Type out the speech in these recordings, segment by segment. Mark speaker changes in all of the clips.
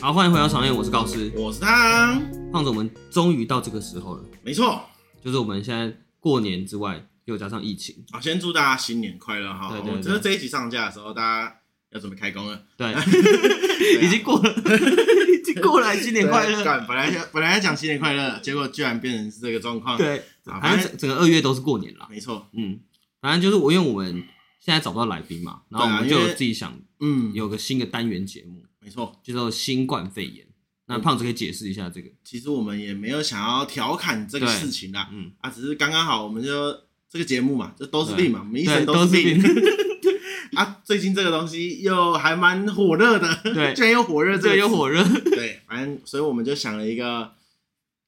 Speaker 1: 好，欢迎回到常燕，我是高斯。
Speaker 2: 我是汤，
Speaker 1: 胖子，我们终于到这个时候了，
Speaker 2: 没错。
Speaker 1: 就是我们现在过年之外，又加上疫情，
Speaker 2: 好，啊先祝大家新年快乐哈！
Speaker 1: 对对对
Speaker 2: 我这这一集上架的时候，大家要准备开工了。
Speaker 1: 对，
Speaker 2: 对啊
Speaker 1: 已经过了，已经过了，新年快
Speaker 2: 对啊
Speaker 1: 乐。
Speaker 2: 干本来要本来要讲新年快乐，结果居然变成是这个状况。，
Speaker 1: 对，
Speaker 2: 好
Speaker 1: 反
Speaker 2: 反
Speaker 1: 正
Speaker 2: 正
Speaker 1: 整整个二月都是过年啦。
Speaker 2: 没错。
Speaker 1: 嗯，反正就是我，因为我们现在找不到来宾嘛，然后我们就
Speaker 2: 啊因
Speaker 1: 有
Speaker 2: 为
Speaker 1: 自己想
Speaker 2: 嗯，
Speaker 1: 有个新的单元节目，
Speaker 2: 没错。
Speaker 1: 叫做新冠肺炎。
Speaker 2: 嗯
Speaker 1: 那胖子可以解释一下这个？
Speaker 2: 其实我们也没有想要调侃这个
Speaker 1: 对
Speaker 2: 事情啦，
Speaker 1: 嗯，
Speaker 2: 啊，只是刚刚好，我们就这个节目嘛，就都是病嘛，我们一
Speaker 1: 对，
Speaker 2: 生
Speaker 1: 都
Speaker 2: 是病
Speaker 1: 病。
Speaker 2: 啊。最近这个东西又还蛮火热的，
Speaker 1: 对
Speaker 2: 居然又火热，
Speaker 1: 对，又火热。
Speaker 2: 对，反正所以我们就想了一个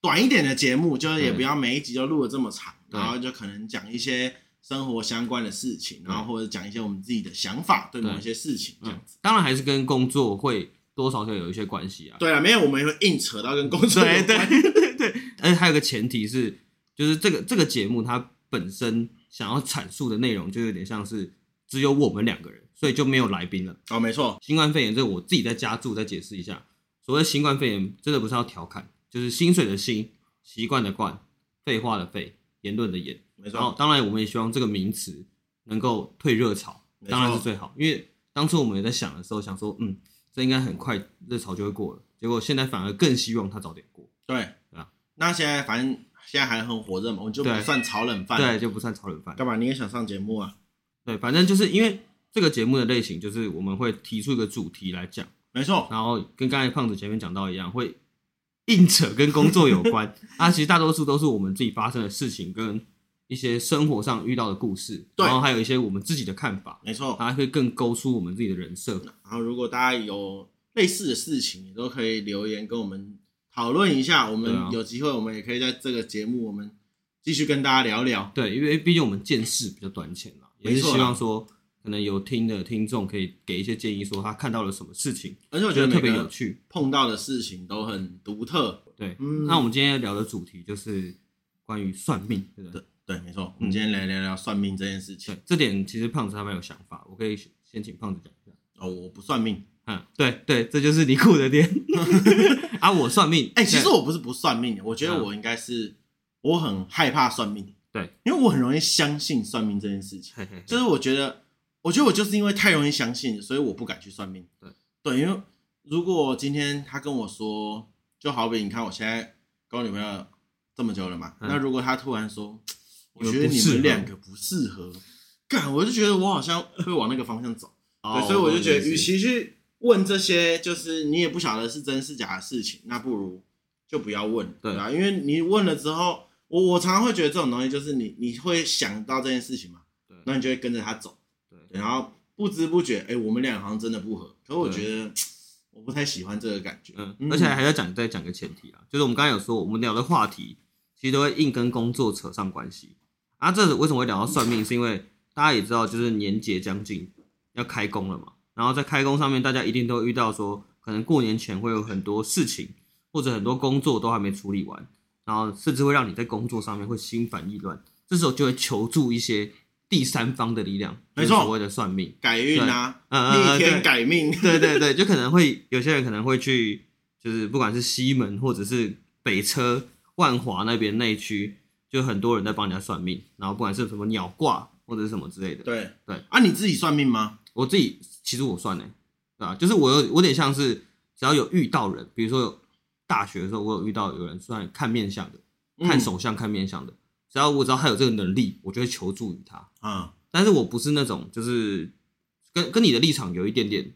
Speaker 2: 短一点的节目，就是也
Speaker 1: 对
Speaker 2: 不要每一集都录的这么长，
Speaker 1: 对
Speaker 2: 然后就可能讲一些生活相关的事情，
Speaker 1: 对
Speaker 2: 然后或者讲一些我们自己的想法对
Speaker 1: 对
Speaker 2: 某一些事情这
Speaker 1: 嗯
Speaker 2: 样子。，
Speaker 1: 当然还是跟工作会多少少有一些关系啊。
Speaker 2: 对了，没有我们也会硬扯到跟 工作
Speaker 1: 对
Speaker 2: 有关
Speaker 1: 对对对，而且还有个前提是，就是这个这个节目它本身想要阐述的内容，就有点像是只有我们两个人，所以就没有来宾了。
Speaker 2: 哦，没错，
Speaker 1: 新冠肺炎这个我自己在加注再解释一下，所谓新冠肺炎真的不是要调侃，就是薪水的薪，习惯的惯，废话的废，言论的言。
Speaker 2: 没
Speaker 1: 然后
Speaker 2: 错，
Speaker 1: 当然我们也希望这个名词能够退热潮，
Speaker 2: 没错
Speaker 1: 当然是最好，因为当初我们也在想的时候，想说嗯，这应该很快热潮就会过了，结果现在反而更希望它早点过。
Speaker 2: 对
Speaker 1: 对啊。
Speaker 2: 那现在反正现在还很火热嘛，我们就不
Speaker 1: 对
Speaker 2: 算炒冷饭。，
Speaker 1: 对，就不算炒冷饭。
Speaker 2: 干嘛你也想上节目啊？
Speaker 1: 对，反正就是因为这个节目的类型，就是我们会提出一个主题来讲，
Speaker 2: 没错，
Speaker 1: 然后跟刚才胖子前面讲到一样，会硬扯跟工作有关。啊，其实大多数都是我们自己发生的事情，跟一些生活上遇到的故事，
Speaker 2: 对
Speaker 1: 然后还有一些我们自己的看法，
Speaker 2: 没错。
Speaker 1: 它会更勾出我们自己的人设。
Speaker 2: 然后如果大家有类似的事情，也都可以留言跟我们讨论一下。我
Speaker 1: 对啊
Speaker 2: 们有机会，我们也可以在这个节目，我们继续跟大家聊聊。
Speaker 1: 对，因为毕竟我们见识比较短浅嘛，也是
Speaker 2: 没错
Speaker 1: 希
Speaker 2: 啦
Speaker 1: 望说。可能有听的听众可以给一些建议，说他看到了什么事情，
Speaker 2: 而且我
Speaker 1: 觉
Speaker 2: 觉
Speaker 1: 得
Speaker 2: 得
Speaker 1: 特
Speaker 2: 每
Speaker 1: 别有
Speaker 2: 个
Speaker 1: 趣。
Speaker 2: 碰到的事情都很独特。
Speaker 1: 对，
Speaker 2: 嗯
Speaker 1: 那我们今天聊的主题就是关于算命，对不对？
Speaker 2: 对，没错。我们今天来聊聊算命这件事情。
Speaker 1: 嗯对，这点其实胖子他蛮有想法，我可以先请胖子讲一下。
Speaker 2: 哦，我不算命。
Speaker 1: 嗯，对对，这就是你酷的 点啊！我算命，
Speaker 2: 哎、其实
Speaker 1: 对
Speaker 2: 我不是不算命的，我觉得
Speaker 1: 嗯
Speaker 2: 我应该是我很害怕算命。
Speaker 1: 对，
Speaker 2: 因为我很容易相信算命这件事情。
Speaker 1: 嘿嘿
Speaker 2: 就是我觉得，我觉得我就是因为太容易相信，所以我不敢去算命。
Speaker 1: 对
Speaker 2: 对，因为如果今天他跟我说，就好比你看我现在跟我女朋友这么久了嘛，
Speaker 1: 嗯
Speaker 2: 那如果他突然说，我
Speaker 1: 你们
Speaker 2: 觉得
Speaker 1: 不
Speaker 2: 你
Speaker 1: 适合
Speaker 2: 们两个不适合，干，我就觉得我好像会往那个方向走。
Speaker 1: 哦
Speaker 2: 对，所以我就觉
Speaker 1: 懂
Speaker 2: 得，
Speaker 1: 你的
Speaker 2: 与
Speaker 1: 意思
Speaker 2: 其去问这些，就是你也不晓得是真是假的事情，那不如就不要问，
Speaker 1: 对
Speaker 2: 对吧、因为你问了之后，我我常常会觉得这种东西就是你你会想到这件事情嘛，
Speaker 1: 对
Speaker 2: 那你就会跟着他走，
Speaker 1: 对
Speaker 2: 对然后不知不觉，哎、我们俩好像真的不合。可我
Speaker 1: 对
Speaker 2: 觉得我不太喜欢这个感觉，
Speaker 1: 嗯，而且还要讲再讲个前提啊，就是我们刚才有说，我们聊的话题其实都会硬跟工作扯上关系啊。这为什么会聊到算命，是因为大家也知道，就是年节将近要开工了嘛，然后在开工上面，大家一定都会遇到说，可能过年前会有很多事情或者很多工作都还没处理完，然后甚至会让你在工作上面会心烦意乱，这时候就会求助一些第三方的力量，
Speaker 2: 没错
Speaker 1: 就是所谓的算命。
Speaker 2: 改运啊，
Speaker 1: 嗯嗯嗯，
Speaker 2: 逆
Speaker 1: 对
Speaker 2: 天改命，
Speaker 1: 对对对，就可能会有些人可能会去，就是不管是西门或者是北车、万华那边那一区，就很多人在帮人家算命，然后不管是什么鸟卦或者是什么之类的。
Speaker 2: 对
Speaker 1: 对
Speaker 2: 啊，你自己算命吗？
Speaker 1: 我自己其实我算呢、欸对吧、就是我有我有点像是只要有遇到人，比如说有大学的时候，我有遇到有人算看面相的，
Speaker 2: 嗯
Speaker 1: 看手相看面相的，只要我只要他有这个能力，我就会求助于他。
Speaker 2: 啊，
Speaker 1: 但是我不是那种就是跟跟你的立场有一点点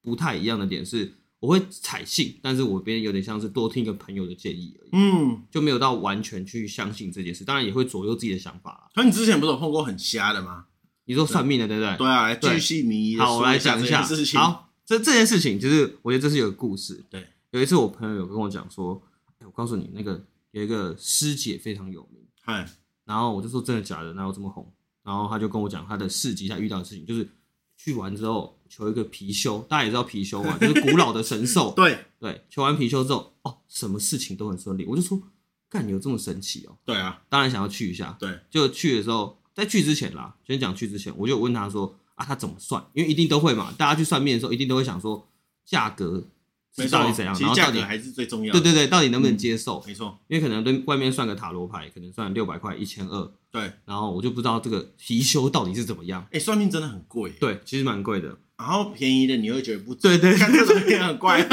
Speaker 1: 不太一样的点是，我会采信，但是我边有点像是多听一个朋友的建议而已，
Speaker 2: 嗯，
Speaker 1: 就没有到完全去相信这件事。当然也会左右自己的想法啦。
Speaker 2: 可你之前不是有碰过很瞎的吗？
Speaker 1: 你说算命的对不对？
Speaker 2: 对啊，来
Speaker 1: 对
Speaker 2: 巨细靡遗的
Speaker 1: 好，我
Speaker 2: 说
Speaker 1: 来
Speaker 2: 一下
Speaker 1: 讲
Speaker 2: 这
Speaker 1: 一下。
Speaker 2: 件事情。
Speaker 1: 好，这这件事情就是我觉得这是有个故事。
Speaker 2: 对，
Speaker 1: 有一次我朋友有跟我讲说，哎，我告诉你，那个有一个师姐非常有名。
Speaker 2: 嗨，
Speaker 1: 然后我就说真的假的，哪有这么红？然后他就跟我讲他的市集他遇到的事情，就是去完之后求一个貔貅，大家也知道貔貅嘛，就是古老的神兽。
Speaker 2: 对
Speaker 1: 对，求完貔貅之后，哦，什么事情都很顺利。我就说，干有这么神奇哦？
Speaker 2: 对啊，
Speaker 1: 当然想要去一下。
Speaker 2: 对，
Speaker 1: 就去的时候，在去之前啦，先讲去之前，我就有问他说啊，他怎么算？因为一定都会嘛，大家去算命的时候一定都会想说价格
Speaker 2: 没
Speaker 1: 是
Speaker 2: 错
Speaker 1: 到底怎样，
Speaker 2: 其
Speaker 1: 然后
Speaker 2: 实价
Speaker 1: 到
Speaker 2: 格
Speaker 1: 底
Speaker 2: 还是最重要的。嗯
Speaker 1: 对对对，到底能不能接受？
Speaker 2: 没错，
Speaker 1: 因为可能对外面算个塔罗牌，可能算六百块、一千二，
Speaker 2: 对。
Speaker 1: 然后我就不知道这个貔貅到底是怎么样。
Speaker 2: 哎，算命真的很贵，
Speaker 1: 对，其实蛮贵的，
Speaker 2: 然后便宜的你会觉得不值，
Speaker 1: 对对对
Speaker 2: 看这种也很怪。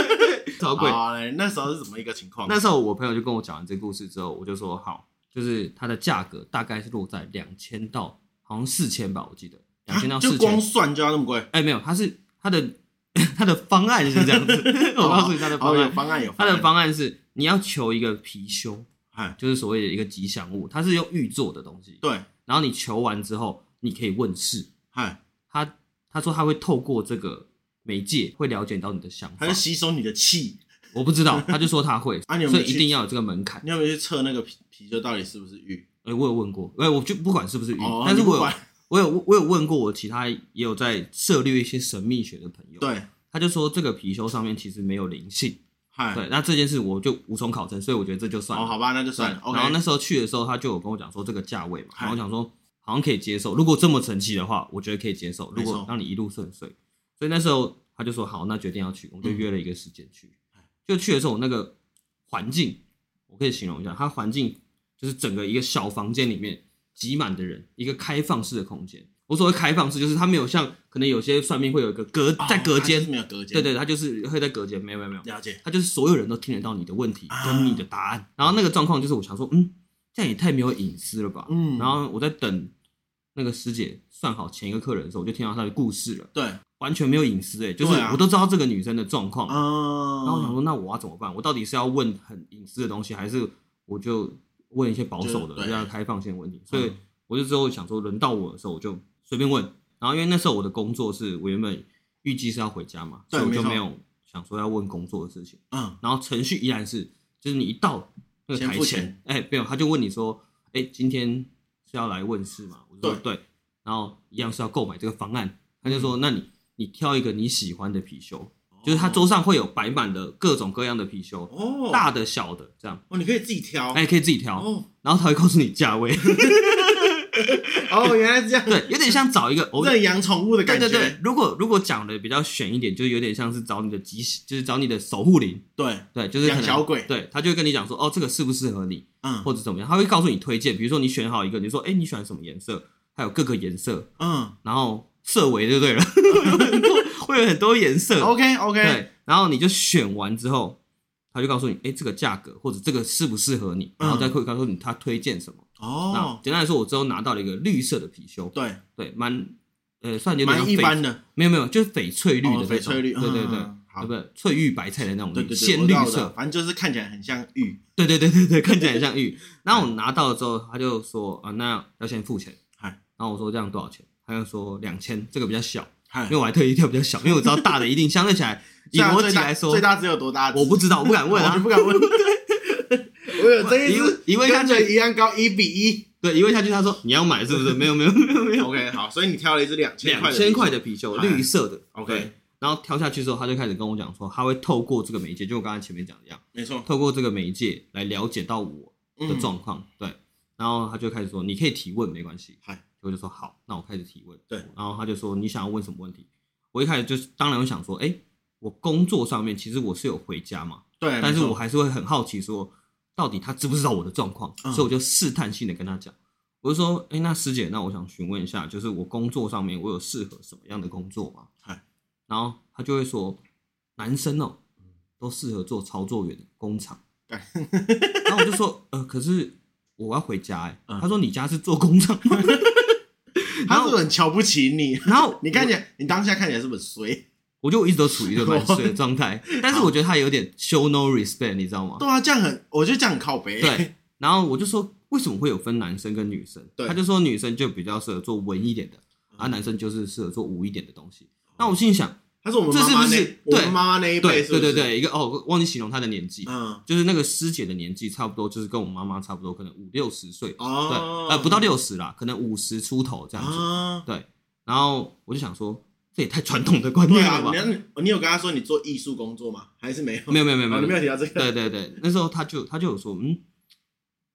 Speaker 1: 超贵。
Speaker 2: 好嘞，那时候是怎么一个情况？
Speaker 1: 那时候我朋友就跟我讲完这故事之后，我就说好，就是它的价格大概是落在两千到好像四千吧，我记得两千到
Speaker 2: 啊
Speaker 1: 四
Speaker 2: 就光
Speaker 1: 千。
Speaker 2: 算就要那么贵，
Speaker 1: 哎，没有，它是它的 它的方案是这样 子，我告诉你它的方
Speaker 2: 哦，有
Speaker 1: 案，
Speaker 2: 方案有
Speaker 1: 它的方案是你要求一个貔貅，
Speaker 2: 案，
Speaker 1: 就是所谓的一个吉祥物，它是用玉做的东西。
Speaker 2: 对，
Speaker 1: 然后你求完之后，你可以问世。
Speaker 2: 嗨，
Speaker 1: 他他说他会透过这个媒介会了解到你的想法
Speaker 2: 它是，吸收你的气。
Speaker 1: 我不知道， 他就说他会，
Speaker 2: 啊你有没
Speaker 1: 所
Speaker 2: 有
Speaker 1: 以一
Speaker 2: 去
Speaker 1: 定要有这个门槛。
Speaker 2: 你有没有去测那个皮皮球到底是不是玉？
Speaker 1: 哎、我有问过，哎、我就不管是不是鱼，
Speaker 2: 哦，
Speaker 1: 但是
Speaker 2: 你不
Speaker 1: 我有
Speaker 2: 管
Speaker 1: 我有我有问过我其他也有在涉猎一些神秘学的朋友，，
Speaker 2: 对，
Speaker 1: 他就说这个貔貅上面其实没有灵性，
Speaker 2: 嗨，
Speaker 1: 对，那这件事我就无从考证，所以我觉得这就算了，
Speaker 2: 哦，好吧，那就算了。
Speaker 1: 对嗯然后
Speaker 2: OK，
Speaker 1: 那时候去的时候，他就有跟我讲说这个价位嘛，
Speaker 2: 嗨
Speaker 1: 然后我讲说好像可以接受，如果这么神奇的话，我觉得可以接受，如
Speaker 2: 没错
Speaker 1: 果让你一路顺遂，所以那时候他就说好，那决定要去，我们就约了一个时间去。就去的时候，那个环境我可以形容一下，它环境就是整个一个小房间里面挤满的人，一个开放式的空间。我所谓开放式，就是它没有像可能有些算命会有一个隔
Speaker 2: 哦
Speaker 1: 在隔
Speaker 2: 它就是
Speaker 1: 间，
Speaker 2: 没有隔间，
Speaker 1: 对，对，它就是会在隔间，没有没有没有，
Speaker 2: 了解。
Speaker 1: 他就是所有人都听得到你的问题
Speaker 2: 啊
Speaker 1: 跟你的答案。然后那个状况就是，我想说，嗯，这样也太没有隐私了吧。
Speaker 2: 嗯
Speaker 1: 然后我在等那个师姐算好前一个客人的时候，我就听到她的故事了，
Speaker 2: 对，啊
Speaker 1: 完全没有隐私哎、就是
Speaker 2: 对啊
Speaker 1: 我都知道这个女生的状况。然后我想
Speaker 2: 嗯，
Speaker 1: 说，那我要怎么办？我到底是要问很隐私的东西，还是我就问一些保守
Speaker 2: 就
Speaker 1: 的，
Speaker 2: 对嗯
Speaker 1: 比较开放性的问题？所以我就之后想说，轮到我的时候，我就随便问。然后因为那时候我的工作是我原本预计是要回家嘛，
Speaker 2: 对
Speaker 1: 所以我就
Speaker 2: 没错
Speaker 1: 没有想说要问工作的事情。
Speaker 2: 嗯，
Speaker 1: 然后程序依然是，就是你一到那个
Speaker 2: 先
Speaker 1: 台
Speaker 2: 付
Speaker 1: 前
Speaker 2: 钱，
Speaker 1: 哎、没有，他就问你说，哎、今天是要来问世嘛？我就说对，然后一样是要购买这个方案，他就
Speaker 2: 嗯
Speaker 1: 说，那你你挑一个你喜欢的貔貅，就是他桌上会有摆满的各种各样的貔貅，
Speaker 2: 哦
Speaker 1: 大的小的这样，
Speaker 2: 哦，你可以自己挑。
Speaker 1: 哎、可以自己挑，
Speaker 2: 哦
Speaker 1: 然后他会告诉你价 位，
Speaker 2: 哦，原来是这样，
Speaker 1: 对，有点像找一 个我。
Speaker 2: 认养宠物的
Speaker 1: 对
Speaker 2: 感觉。
Speaker 1: 对对，如果如果讲的比较悬一点，就有点像是找你的吉，就是找你的守护灵，
Speaker 2: 对
Speaker 1: 对，就是可
Speaker 2: 养
Speaker 1: 能
Speaker 2: 小鬼
Speaker 1: 对，他就会跟你讲说，哦，这个适不适合你，
Speaker 2: 嗯
Speaker 1: 或者怎么样，他会告诉你推荐。比如说你选好一个，你就说，哎、你喜欢什么颜色？还有各个颜色，
Speaker 2: 嗯
Speaker 1: 然后色围就对了， 会有很多颜色。
Speaker 2: ，OK 哦 OK，
Speaker 1: 对，然后你就选完之后，他就告诉你，哎、这个价格或者这个适不适合你，
Speaker 2: 嗯
Speaker 1: 然后再会告诉你他推荐什么。那
Speaker 2: 哦，
Speaker 1: 简单来说，我之后拿到了一个绿色的貔貅，
Speaker 2: 对，
Speaker 1: 对，蛮呃，算有点像
Speaker 2: 蛮一
Speaker 1: 翡
Speaker 2: 般的，
Speaker 1: 没有没有，就是翡翠绿的
Speaker 2: 哦
Speaker 1: 那种、
Speaker 2: 翡翠绿
Speaker 1: 对对对，
Speaker 2: 嗯好
Speaker 1: 对不对？翠玉白菜的那种
Speaker 2: 对
Speaker 1: 绿，
Speaker 2: 对对，
Speaker 1: 鲜
Speaker 2: 我
Speaker 1: 绿
Speaker 2: 知道
Speaker 1: 色
Speaker 2: 的，，反正就是看起来很像玉。
Speaker 1: 对对对对对，看起来很像玉。然后我拿到了之后，他就说啊，那要先付钱。
Speaker 2: 嗨
Speaker 1: 然后我说这样多少钱？他就说两千，这个比较小，
Speaker 2: 嗨
Speaker 1: 因为我还特意挑比较小，因为我知道大的一定相对起来，以
Speaker 2: 虽然
Speaker 1: 逻
Speaker 2: 啊最
Speaker 1: 辑
Speaker 2: 大
Speaker 1: 来说
Speaker 2: 最，大只有多大只？
Speaker 1: 我不知道，我不敢问
Speaker 2: 我就
Speaker 1: 啊。
Speaker 2: 不敢问。我有这一只，
Speaker 1: 一一问下
Speaker 2: 跟这
Speaker 1: 去，
Speaker 2: 一样高，一比一。
Speaker 1: 对，一问下去，他说你要买是不是？没有没有没有没有，
Speaker 2: OK，好，所以你挑了一只两千块
Speaker 1: 两
Speaker 2: 的，
Speaker 1: 千块的貔貅，
Speaker 2: 哎
Speaker 1: 绿色的。
Speaker 2: OK
Speaker 1: 对然后挑下去之后，他就开始跟我讲说，他会透过这个媒介，就我刚才前面讲的一样，
Speaker 2: 没错
Speaker 1: 透过这个媒介来了解到我的
Speaker 2: 嗯，
Speaker 1: 状况，对。然后他就开始说，你可以提问，没关系
Speaker 2: 嗨。
Speaker 1: 我就说好，那我开始提问。
Speaker 2: 对
Speaker 1: 然后他就说你想要问什么问题？我一开始就是当然会想说，哎，我工作上面其实我是有回家嘛，
Speaker 2: 对，
Speaker 1: 但是
Speaker 2: 哎没错
Speaker 1: 我还是会很好奇说，到底他知不知道我的状况？
Speaker 2: 嗯
Speaker 1: 所以我就试探性的跟他讲，我就说，哎，那师姐，那我想询问一下，就是我工作上面我有适合什么样的工作吗
Speaker 2: 嗨？
Speaker 1: 然后他就会说，男生哦，都适合做操作员的工厂。
Speaker 2: 干
Speaker 1: 然后我就说，呃，可是我要回家哎、
Speaker 2: 嗯
Speaker 1: 他说你家是做工厂吗？ 然
Speaker 2: 他
Speaker 1: 后
Speaker 2: 是不是很瞧不起你。
Speaker 1: 然后
Speaker 2: 你看起来，你当下看起来是不是很衰？
Speaker 1: 我，我就一直都处于一个软睡的状 态，但是我觉得他有点 show no respect，你知道吗？
Speaker 2: 对啊，这样很，我觉得这样很靠北。
Speaker 1: 对，然后我就说为什么会有分男生跟女生？
Speaker 2: 对嗯
Speaker 1: 他就说女生就比较适合做文一点的，而男生就是适合做武一点的东西。那我心里想，
Speaker 2: 他是我们
Speaker 1: 这
Speaker 2: 妈
Speaker 1: 是
Speaker 2: 妈
Speaker 1: 不
Speaker 2: 那
Speaker 1: 是，
Speaker 2: 我们
Speaker 1: 对
Speaker 2: 妈妈那一辈，
Speaker 1: 对
Speaker 2: 哦是不
Speaker 1: 对
Speaker 2: 是
Speaker 1: 对，对，一个哦，我忘记形容他的年纪，
Speaker 2: 嗯，
Speaker 1: 就是那个师姐的年纪，差不多就是跟我妈妈差不多，可能五六十岁，对，
Speaker 2: 哦，
Speaker 1: 呃，不到六十啦，可能五十出头这样子。
Speaker 2: 啊，
Speaker 1: 对，然后我就想说，这也太传统的观
Speaker 2: 对
Speaker 1: 念
Speaker 2: 啊
Speaker 1: 了，吧？
Speaker 2: 你你有跟他说你做艺术工作吗？还是没有？
Speaker 1: 没有没有没有
Speaker 2: 哦你
Speaker 1: 没
Speaker 2: 没
Speaker 1: 有，
Speaker 2: 有提到这个。
Speaker 1: 对对对，那时候他就他就有说，嗯，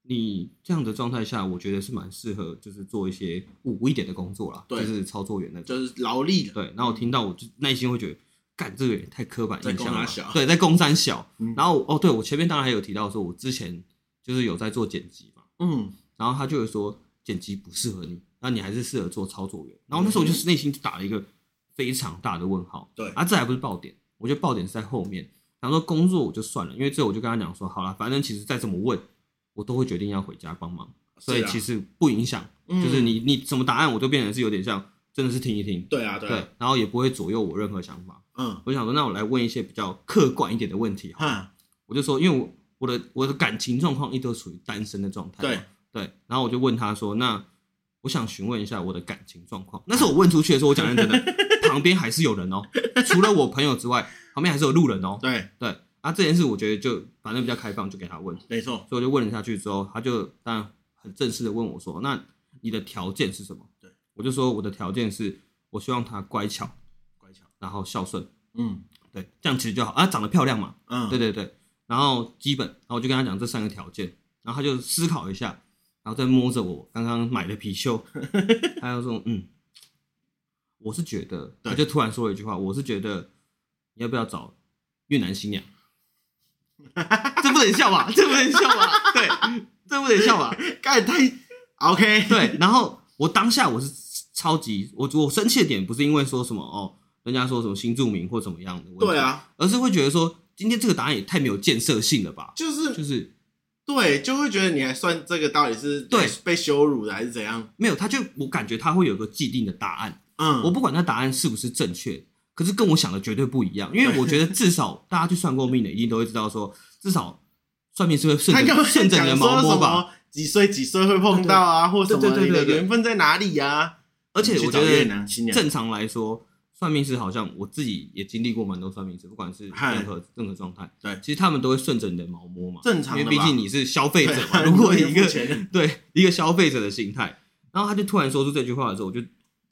Speaker 1: 你这样的状态下，我觉得是蛮适合，就是做一些武一点的工作啦，就
Speaker 2: 对
Speaker 1: 是操作员那种。
Speaker 2: 就是劳力的，
Speaker 1: 对，然后我听到我就内心会觉得，干这个也太刻板印
Speaker 2: 在
Speaker 1: 象
Speaker 2: 供
Speaker 1: 了
Speaker 2: 他
Speaker 1: 吧
Speaker 2: 小，
Speaker 1: 对，在工山小。
Speaker 2: 嗯
Speaker 1: 然后哦，对我前面当然还有提到说，我之前就是有在做剪辑嘛，
Speaker 2: 嗯，
Speaker 1: 然后他就会说剪辑不适合你，那你还是适合做操作员。然后那时候我就是内心就打了一个非常大的问号。
Speaker 2: 嗯对
Speaker 1: 啊，这还不是爆点，我觉得爆点是在后面。然后说工作我就算了，因为这我就跟他讲说，好了，反正其实再怎么问，我都会决定要回家帮忙，所以
Speaker 2: 是啊
Speaker 1: 其实不影响，
Speaker 2: 嗯
Speaker 1: 就是你你什么答案我都变成是有点像真的是听一听，
Speaker 2: 对啊，对啊，
Speaker 1: 对，然后也不会左右我任何想法。
Speaker 2: 嗯，
Speaker 1: 我就想说，那我来问一些比较客观一点的问题好了
Speaker 2: 哈，
Speaker 1: 我就说，因为我我的我的感情状况一直都处于单身的状态嘛，
Speaker 2: 对
Speaker 1: 对，然后我就问他说，那我想询问一下我的感情状况。那时候我问出去的时候，我讲认真的，旁边还是有人哦，除了我朋友之外，旁边还是有路人哦。
Speaker 2: 对，
Speaker 1: 对，啊，这件事我觉得就反正比较开放，就给他问，
Speaker 2: 没错，
Speaker 1: 所以我就问了下去之后，他就当然很正式的问我说，那你的条件是什么？
Speaker 2: 对，
Speaker 1: 我就说我的条件是我希望他乖巧，
Speaker 2: 乖巧，
Speaker 1: 然后孝顺，
Speaker 2: 嗯
Speaker 1: 对，这样其实就好啊，长得漂亮嘛，
Speaker 2: 嗯，
Speaker 1: 对对对，然后基本，然后我就跟他讲这三个条件，然后他就思考一下，然后再摸着我刚刚买的貔 貅，他就说嗯，我是觉得，
Speaker 2: 对
Speaker 1: 他就突然说了一句话，我是觉得你要不要找越南新娘？这不能笑吧？这不能笑吧？对，这不能笑吧？
Speaker 2: 干太 OK，
Speaker 1: 对，然后我当下我是超级，我我生气的点不是因为说什么哦，人家说什么新著名或怎么样的问题，
Speaker 2: 对，啊，
Speaker 1: 而是会觉得说今天这个答案也太没有建设性了吧？
Speaker 2: 就是
Speaker 1: 就是
Speaker 2: 对，就会觉得你还算这个到底是
Speaker 1: 对
Speaker 2: 被羞辱的还是怎样？
Speaker 1: 没有，他就我感觉他会有个既定的答案，
Speaker 2: 嗯，
Speaker 1: 我不管他答案是不是正确，可是跟我想的绝对不一样，因为我觉得至少大家去算过命的一定都会知道说，至少算命是会顺
Speaker 2: 他刚
Speaker 1: 着
Speaker 2: 刚
Speaker 1: 顺着你的
Speaker 2: 讲说
Speaker 1: 毛摸
Speaker 2: 什
Speaker 1: 吧。
Speaker 2: 么几岁几岁会碰到啊，或什
Speaker 1: 对
Speaker 2: 么
Speaker 1: 对对
Speaker 2: 你的
Speaker 1: 对对
Speaker 2: 缘分在哪里呀？
Speaker 1: 而且我觉
Speaker 2: 你去找越
Speaker 1: 得
Speaker 2: 南新娘
Speaker 1: 正常来说，算命师好像我自己也经历过蛮多算命师，不管是
Speaker 2: 嗨
Speaker 1: 任何任何状态，
Speaker 2: 对
Speaker 1: 其实他们都会顺着你的毛摸嘛，
Speaker 2: 正常的
Speaker 1: 因
Speaker 2: 吧
Speaker 1: 为毕竟你是消费者嘛。
Speaker 2: 对啊
Speaker 1: 如果一
Speaker 2: 你
Speaker 1: 个
Speaker 2: 付钱的
Speaker 1: 对一个消费者的心态，然后他就突然说出这句话的时候，我就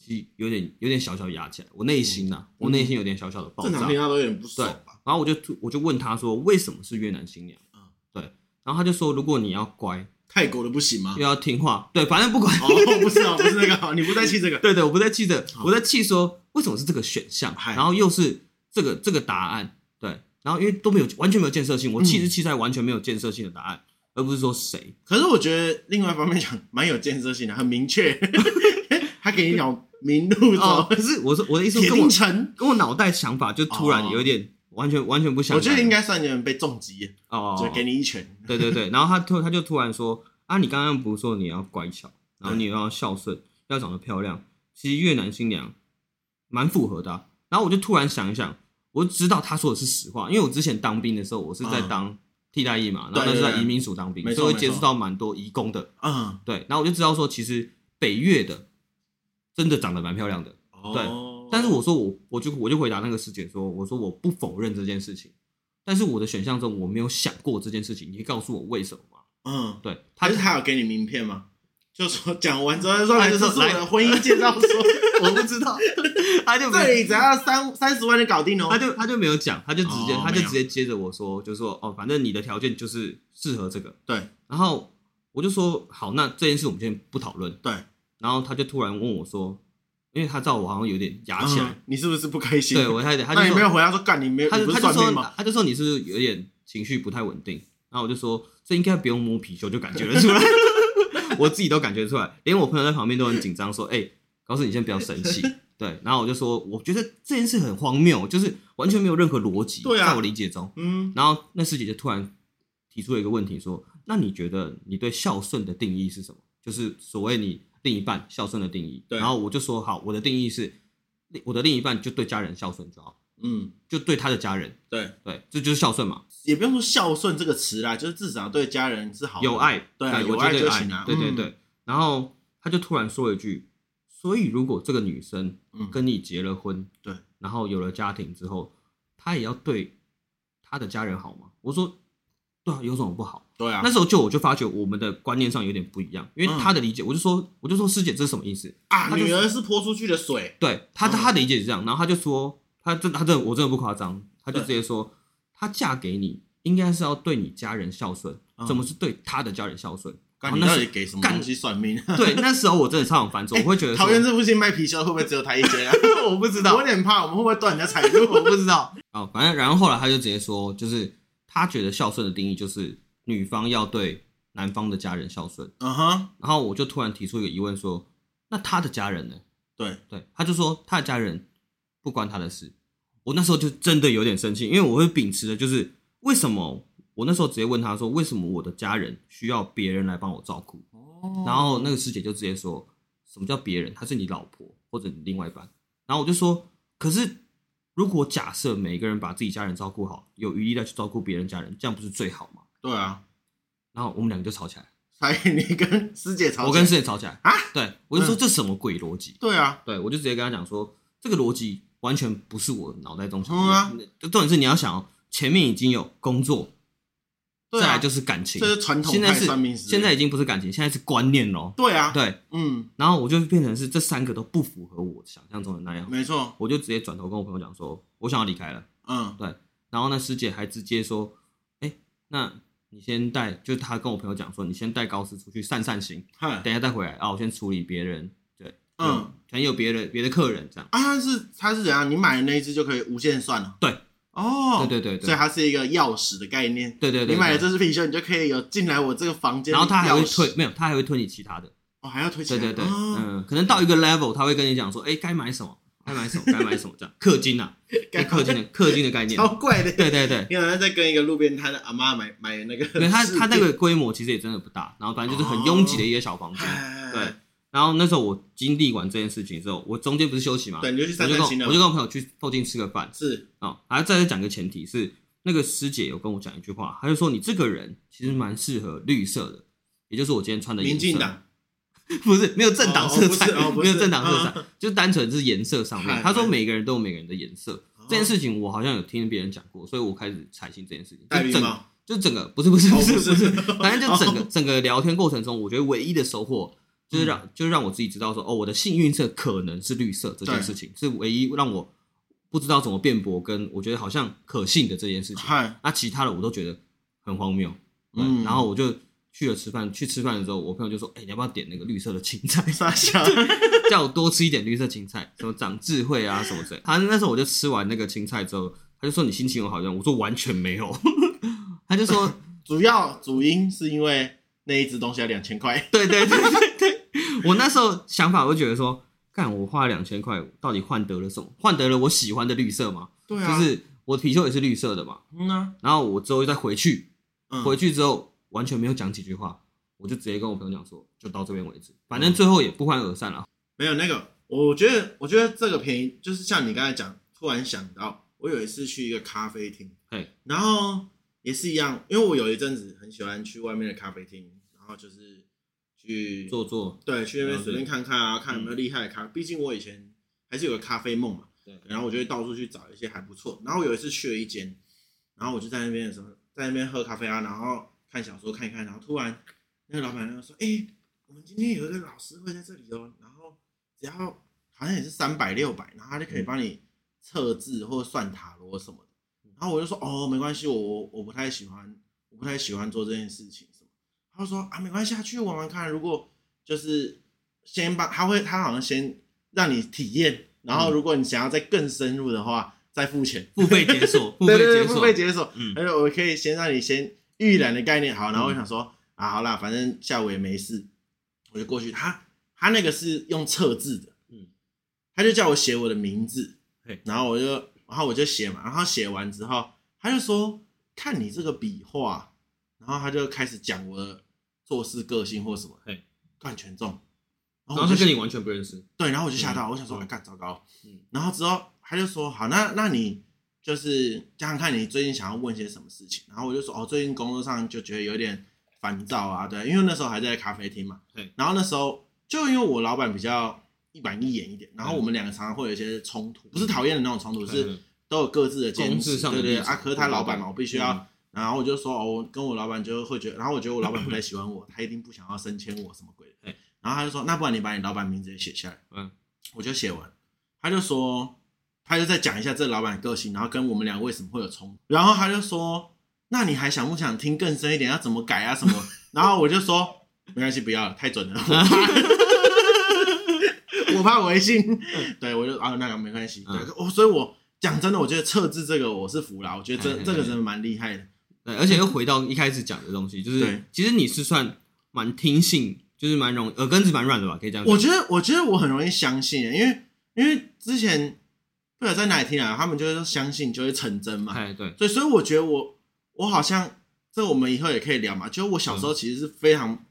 Speaker 1: 其实有点有点小小压起来，我内心
Speaker 2: 嗯
Speaker 1: 呐、我内心有点小小的爆
Speaker 2: 正
Speaker 1: 炸
Speaker 2: 常。听到都有点不爽吧？
Speaker 1: 然后我就突我就问他说，为什么是越南新娘
Speaker 2: 嗯？
Speaker 1: 对，然后他就说，如果你要乖
Speaker 2: 泰国的不行吗
Speaker 1: 又？要听话，对，反正不管，
Speaker 2: 哦，不是哦，不是那个哦，你不在气这个。
Speaker 1: 对对，我不在气这，
Speaker 2: 好
Speaker 1: 我在气说为什么是这个选项，
Speaker 2: 嗨
Speaker 1: 然后又是这个这个答案，对，然后因为都没有完全没有建设性，我
Speaker 2: 嗯
Speaker 1: 气是气在完全没有建设性的答案，而不是说谁，
Speaker 2: 可是我觉得另外一方面讲，蛮有建设性的，很明确。他给你条明路
Speaker 1: 哦
Speaker 2: 走，，
Speaker 1: 可是我说我的意思
Speaker 2: 铁
Speaker 1: 说跟我
Speaker 2: 定城。
Speaker 1: 跟我脑袋想法就突然
Speaker 2: 哦
Speaker 1: 有一点完全完全不相
Speaker 2: 我
Speaker 1: 干，
Speaker 2: 觉得应该算有点被重击，
Speaker 1: 哦，
Speaker 2: 就给你一拳。
Speaker 1: 对对对，然后他突他就突然说啊，你刚刚不是说你要乖巧，然后你又要孝顺，要长得漂亮，其实越南新娘蛮符合的啊、然后我就突然想一想，我就知道他说的是实话，因为我之前当兵的时候，我是在
Speaker 2: 嗯
Speaker 1: 当替代役嘛，然
Speaker 2: 对
Speaker 1: 后那是
Speaker 2: 对
Speaker 1: 在
Speaker 2: 对
Speaker 1: 移民署当兵，
Speaker 2: 没错
Speaker 1: 所以
Speaker 2: 没
Speaker 1: 会接触
Speaker 2: 错
Speaker 1: 到蛮多移工的，
Speaker 2: 嗯，
Speaker 1: 对，然后我就知道说，其实北越的真的长得蛮漂亮的，
Speaker 2: 哦
Speaker 1: 但是我说我我就我就回答那个师姐说，我说我不否认这件事情，但是我的选项中我没有想过这件事情，你可以告诉我为什么吗？
Speaker 2: 嗯，
Speaker 1: 对，他哎
Speaker 2: 他是他有给你名片吗？就说讲完之后就说，
Speaker 1: 他
Speaker 2: 来
Speaker 1: 就
Speaker 2: 这
Speaker 1: 说
Speaker 2: 是我的婚姻介 绍书，
Speaker 1: 我不知道， 他就
Speaker 2: 这
Speaker 1: 没
Speaker 2: 里只要三三十万就搞定
Speaker 1: 他
Speaker 2: 哦。
Speaker 1: 就他就没有讲，他就直接、
Speaker 2: 哦
Speaker 1: 他就
Speaker 2: 没有
Speaker 1: 直接接着我说，就说哦，反正你的条件就是适合这个，
Speaker 2: 对
Speaker 1: 然后我就说好，那这件事我们先不讨论。
Speaker 2: 对，
Speaker 1: 然后他就突然问我说，因为他知道我好像有点压起来，
Speaker 2: 嗯，你是不是不开心？
Speaker 1: 对我还得他就
Speaker 2: 那你
Speaker 1: 说
Speaker 2: 没有回答说干，你 没有，
Speaker 1: 他
Speaker 2: 你
Speaker 1: 就
Speaker 2: 不是
Speaker 1: 他就
Speaker 2: 算命
Speaker 1: 说
Speaker 2: 吗？
Speaker 1: 他就说你是不是有点情绪不太稳定，然后我就说这应该不用摸貔貅就感觉得出来， 我自己都感觉出来，连我朋友在旁边都很紧张，说哎、告诉你先不要生气。对，然后我就说，我觉得这件事很荒谬，就是完全没有任何逻辑，
Speaker 2: 对啊
Speaker 1: 在我理解中。
Speaker 2: 嗯，
Speaker 1: 然后那师姐就突然提出了一个问题，说：“那你觉得你对孝顺的定义是什么？就是所谓你另一半孝顺的定义。”
Speaker 2: 对
Speaker 1: 然后我就说：“好，我的定义是，我的另一半就对家人孝顺就好，
Speaker 2: 嗯，
Speaker 1: 就对他的家人。”
Speaker 2: 对，
Speaker 1: 对，这就是孝顺嘛，
Speaker 2: 也不用说孝顺这个词啦，就是至少对家人是好的，
Speaker 1: 有爱，呃哎
Speaker 2: 对啊有
Speaker 1: 我
Speaker 2: 爱
Speaker 1: 觉得有
Speaker 2: 就
Speaker 1: 爱
Speaker 2: 行啊
Speaker 1: 对对
Speaker 2: 嗯
Speaker 1: 对。然后他就突然说了一句：“所以如果这个女生
Speaker 2: 嗯
Speaker 1: 跟你结了婚，
Speaker 2: 对，
Speaker 1: 然后有了家庭之后，她也要对她的家人好吗？”我说：“对啊，有什么不好？”
Speaker 2: 对啊嗯
Speaker 1: 那，时候就我就发觉我们的观念上有点不一样，因为他的理解，我就说我就说师姐这是什么意思？
Speaker 2: 啊，
Speaker 1: 他就
Speaker 2: 女儿是泼出去的水，
Speaker 1: 对他
Speaker 2: 嗯
Speaker 1: 他的理解是这样，然后他就说他真他真的我真的不夸张，他就直接说她嫁给你应该是要对你家人孝顺，
Speaker 2: 嗯
Speaker 1: 怎么是对她的家人孝顺？
Speaker 2: 干你
Speaker 1: 哦那
Speaker 2: 到
Speaker 1: 是
Speaker 2: 底给什么
Speaker 1: 干
Speaker 2: 东西算命？啊
Speaker 1: 对，那时候我真的超想 翻桌，我会觉得说
Speaker 2: 桃园这附近卖貔貅会不会只有他一间啊？
Speaker 1: 我不知
Speaker 2: 我
Speaker 1: 道
Speaker 2: 有，点怕，我们会不会断人家财 路？
Speaker 1: 我不知道。哦，反正然后后来他就直接说，就是他觉得孝顺的定义就是女方要对男方的家人孝顺。
Speaker 2: 嗯哼，
Speaker 1: 然后我就突然提出一个疑问说，那他的家人呢？
Speaker 2: 对
Speaker 1: 对，他就说他的家人不关他的事。我那时候就真的有点生气，因为我会秉持的就是为什么我那时候直接问他说，为什么我的家人需要别人来帮我照顾？
Speaker 2: 哦
Speaker 1: 然后那个师姐就直接说，什么叫别人？她是你老婆或者你另外一半。然后我就说，可是如果假设每个人把自己家人照顾好，有余力再去照顾别人家人，这样不是最好吗？
Speaker 2: 对啊，
Speaker 1: 然后我们两个就吵起来，
Speaker 2: 才你跟师姐吵起来，
Speaker 1: 我跟师姐吵起来
Speaker 2: 啊，
Speaker 1: 对我就说
Speaker 2: 嗯
Speaker 1: 这什么鬼逻辑？
Speaker 2: 对啊，
Speaker 1: 对我就直接跟他讲说，这个逻辑完全不是我脑袋中想
Speaker 2: 嗯啊
Speaker 1: 的。重点是你要想、哦，前面已经有工作，
Speaker 2: 对
Speaker 1: 再
Speaker 2: 啊，
Speaker 1: 来就是感情
Speaker 2: 这，是传统
Speaker 1: 现在
Speaker 2: 派
Speaker 1: 是
Speaker 2: 算命师，
Speaker 1: 现在已经不是感情，现在是观念咯。
Speaker 2: 对啊，
Speaker 1: 对，
Speaker 2: 嗯，
Speaker 1: 然后我就变成是这三个都不符合我想象中的那样，
Speaker 2: 没错，
Speaker 1: 我就直接转头跟我朋友讲说，我想要离开了。
Speaker 2: 嗯，
Speaker 1: 然后呢，师姐还直接说，哎、那你先带，就是她跟我朋友讲说，你先带高斯出去散散心，
Speaker 2: 嗨，
Speaker 1: 等一下再回来啊，我先处理别人，对，
Speaker 2: 嗯，
Speaker 1: 可能有别人别的客人这样，
Speaker 2: 啊，它是它是怎样？你买的那一只就可以无限算了，
Speaker 1: 对，
Speaker 2: 哦，
Speaker 1: 对对对
Speaker 2: 所
Speaker 1: 对，
Speaker 2: 以它是一个钥匙的概念，
Speaker 1: 对对对，
Speaker 2: 你买了
Speaker 1: 对
Speaker 2: 这只貔貅，你就可以有进来我这个房间的
Speaker 1: 然后
Speaker 2: 钥匙，
Speaker 1: 他还会推，没有，他还会推你其他的，
Speaker 2: 哦，还要推起
Speaker 1: 对
Speaker 2: 来，
Speaker 1: 对对，
Speaker 2: 哦
Speaker 1: 嗯，可能到一个 level，他会跟你讲说，哎、该买什么，该买什 么，该买什么这样，氪金啊，
Speaker 2: 该
Speaker 1: 氪 金的氪金的概念，
Speaker 2: 超怪的，
Speaker 1: 对对对，
Speaker 2: 你好像在跟一个路边摊的阿妈买买那个饰品，
Speaker 1: 因为它它那个规模其实也真的不大，然后反正就是很拥挤的一个小房间。
Speaker 2: 哎，
Speaker 1: 对，然后那时候我经历完这件事情之后，我中间不是休息嘛，
Speaker 2: 对，你就去
Speaker 1: 我
Speaker 2: 散
Speaker 1: 就
Speaker 2: 散
Speaker 1: 跟
Speaker 2: 心了
Speaker 1: 啊我就，跟我朋友去附近吃个饭
Speaker 2: 是，
Speaker 1: 啊。还、再再讲个前提是，那个师姐有跟我讲一句话，她就说你这个人其实蛮适合绿色的，也就是我今天穿的颜色。
Speaker 2: 民进党，
Speaker 1: 不是没有政党色彩，
Speaker 2: 哦哦不是哦不
Speaker 1: 没
Speaker 2: 是
Speaker 1: 有政党色彩，就是单纯是颜色上面
Speaker 2: 嗨。
Speaker 1: 她说每个人都有每个人的颜色，
Speaker 2: 哦
Speaker 1: 啊这件事情我好像有听别人讲过，所以我开始采信这件事情。
Speaker 2: 戴
Speaker 1: 就
Speaker 2: 绿
Speaker 1: 整
Speaker 2: 帽，
Speaker 1: 就整个不是不是
Speaker 2: 哦
Speaker 1: 不是
Speaker 2: 不
Speaker 1: 不
Speaker 2: 是哦
Speaker 1: 是，反正就整个整个聊天过程中，我觉得唯一的收获就是
Speaker 2: 嗯
Speaker 1: 让就是让我自己知道说，哦，我的幸运色可能是绿色这件事情，是唯一让我不知道怎么辩驳，跟我觉得好像可信的这件事情。
Speaker 2: 嗨，
Speaker 1: 那啊其他的我都觉得很荒谬，对
Speaker 2: 嗯
Speaker 1: 然后我就去了吃饭，去吃饭的时候，我朋友就说，哎，你要不要点那个绿色的青菜？
Speaker 2: 傻笑，
Speaker 1: 叫我多吃一点绿色青菜，什么长智慧啊什么之类。他那时候我就吃完那个青菜之后，他就说你心情有好一点，我说完全没有。 他就说
Speaker 2: 主要主因是因为那一只东西要两千块，
Speaker 1: 对对对对对，我那时候想法我就觉得说，干我花了两千块，到底换得了什么？换得了我喜欢的绿色吗？
Speaker 2: 对啊
Speaker 1: 就，是我貔貅也是绿色的嘛。
Speaker 2: 嗯啊，
Speaker 1: 然后我之后再回去，
Speaker 2: 嗯
Speaker 1: 回去之后完全没有讲几句话，我就直接跟我朋友讲说，就到这边为止，反
Speaker 2: 嗯
Speaker 1: 正最后也不欢而散了。
Speaker 2: 没有那个，我觉得，我觉得这个便宜，就是像你刚才讲，突然想到，我有一次去一个咖啡厅
Speaker 1: 嘿，
Speaker 2: 然后也是一样，因为我有一阵子很喜欢去外面的咖啡厅，然后就是去
Speaker 1: 做做，
Speaker 2: 对，去那边
Speaker 1: 了解嗯
Speaker 2: 随便看看啊，看有没有厉害的咖。毕竟我以前还是有个咖啡梦嘛，
Speaker 1: 对
Speaker 2: 然后我就会到处去找一些还不错。然后有一次去了一间，然后我就在那边的时候，在那边喝咖啡啊，然后看小说看一看，然后突然那个老板娘说：“哎、我们今天有一个老师会在这里哦，然后只要好像也是三百六百，然后他就可以
Speaker 1: 嗯
Speaker 2: 帮你测字或算塔罗什么的。”
Speaker 1: 嗯
Speaker 2: 然后我就说：“哦，没关系，我我我不太喜欢，我不太喜欢做这件事情什么。”他就说：“啊，没关系，啊，去玩玩看，如果。”就是先帮他会，他好像先让你体验，然后如果你想要再更深入的话，再付钱。
Speaker 1: 嗯付费解锁，付
Speaker 2: 对
Speaker 1: 费
Speaker 2: 对对，
Speaker 1: 解
Speaker 2: 付
Speaker 1: 锁，
Speaker 2: 费解锁。
Speaker 1: 嗯
Speaker 2: 而且我可以先让你先预览的概念好，然后我想说、啊，好啦，反正下午也没事，我就过去。他他那个是用测字的，
Speaker 1: 嗯
Speaker 2: 他就叫我写我的名字
Speaker 1: 嘿，
Speaker 2: 然后我就然后我就写嘛，然后写完之后，他就说看你这个笔画，然后他就开始讲我的做事个性或什么
Speaker 1: 嘿，
Speaker 2: 干全中，
Speaker 1: 然
Speaker 2: 然后
Speaker 1: 后
Speaker 2: 我
Speaker 1: 他
Speaker 2: 就
Speaker 1: 跟你完全不认识，
Speaker 2: 对，然后我就吓到，
Speaker 1: 嗯
Speaker 2: 我想说，哎，
Speaker 1: 嗯
Speaker 2: 干，糟糕。
Speaker 1: 嗯
Speaker 2: 然后之后他就说，好，那那你就是想想看，你最近想要问些什么事情？然后我就说，哦，最近工作上就觉得有点烦躁啊，对，因为那时候还在咖啡厅嘛，
Speaker 1: 对。
Speaker 2: 然后那时候就因为我老板比较一板一眼一点，然后
Speaker 1: 嗯
Speaker 2: 我们两个常常会有一些冲突，不是讨厌的那种冲突，是
Speaker 1: 嗯
Speaker 2: 都有各自的坚
Speaker 1: 公事
Speaker 2: 持，
Speaker 1: 上
Speaker 2: 对
Speaker 1: 的
Speaker 2: 对。
Speaker 1: 立场
Speaker 2: 啊，可是他老板
Speaker 1: 对
Speaker 2: 嘛，
Speaker 1: 对嗯
Speaker 2: 我必须要。然后我就说，哦，我跟我老板就会觉得，然后我觉得我老板不太喜欢我，他一定不想要升迁我什么鬼的
Speaker 1: 对。
Speaker 2: 然后他就说，那不然你把你老板名字也写下来。
Speaker 1: 嗯，
Speaker 2: 我就写完，他就说，他就再讲一下这老板的个性，然后跟我们俩为什么会有冲突。然 后他就说，那你还想不想听更深一点？要怎么改啊什么？然后我就说，没关系，不要了，太准了，我怕，我 怕违信。
Speaker 1: 嗯
Speaker 2: 对，我就啊，那个没关系。对，我、所以我讲真的，我觉得测字这个我是服了，我觉得
Speaker 1: 哎哎
Speaker 2: 这
Speaker 1: 哎
Speaker 2: 这个真的蛮厉害的。
Speaker 1: 对，而且又回到一开始讲的东西，就是
Speaker 2: 对
Speaker 1: 其实你是算蛮听信，就是蛮容耳根子蛮软的吧，可以这样讲。
Speaker 2: 我觉得，我觉得我很容易相信，因为因为之前不知道在哪里听啊来，他们就是说相信就会成真嘛。
Speaker 1: 哎，对，
Speaker 2: 所以，所以我觉得我我好像这我们以后也可以聊嘛。就是我小时候其实是非常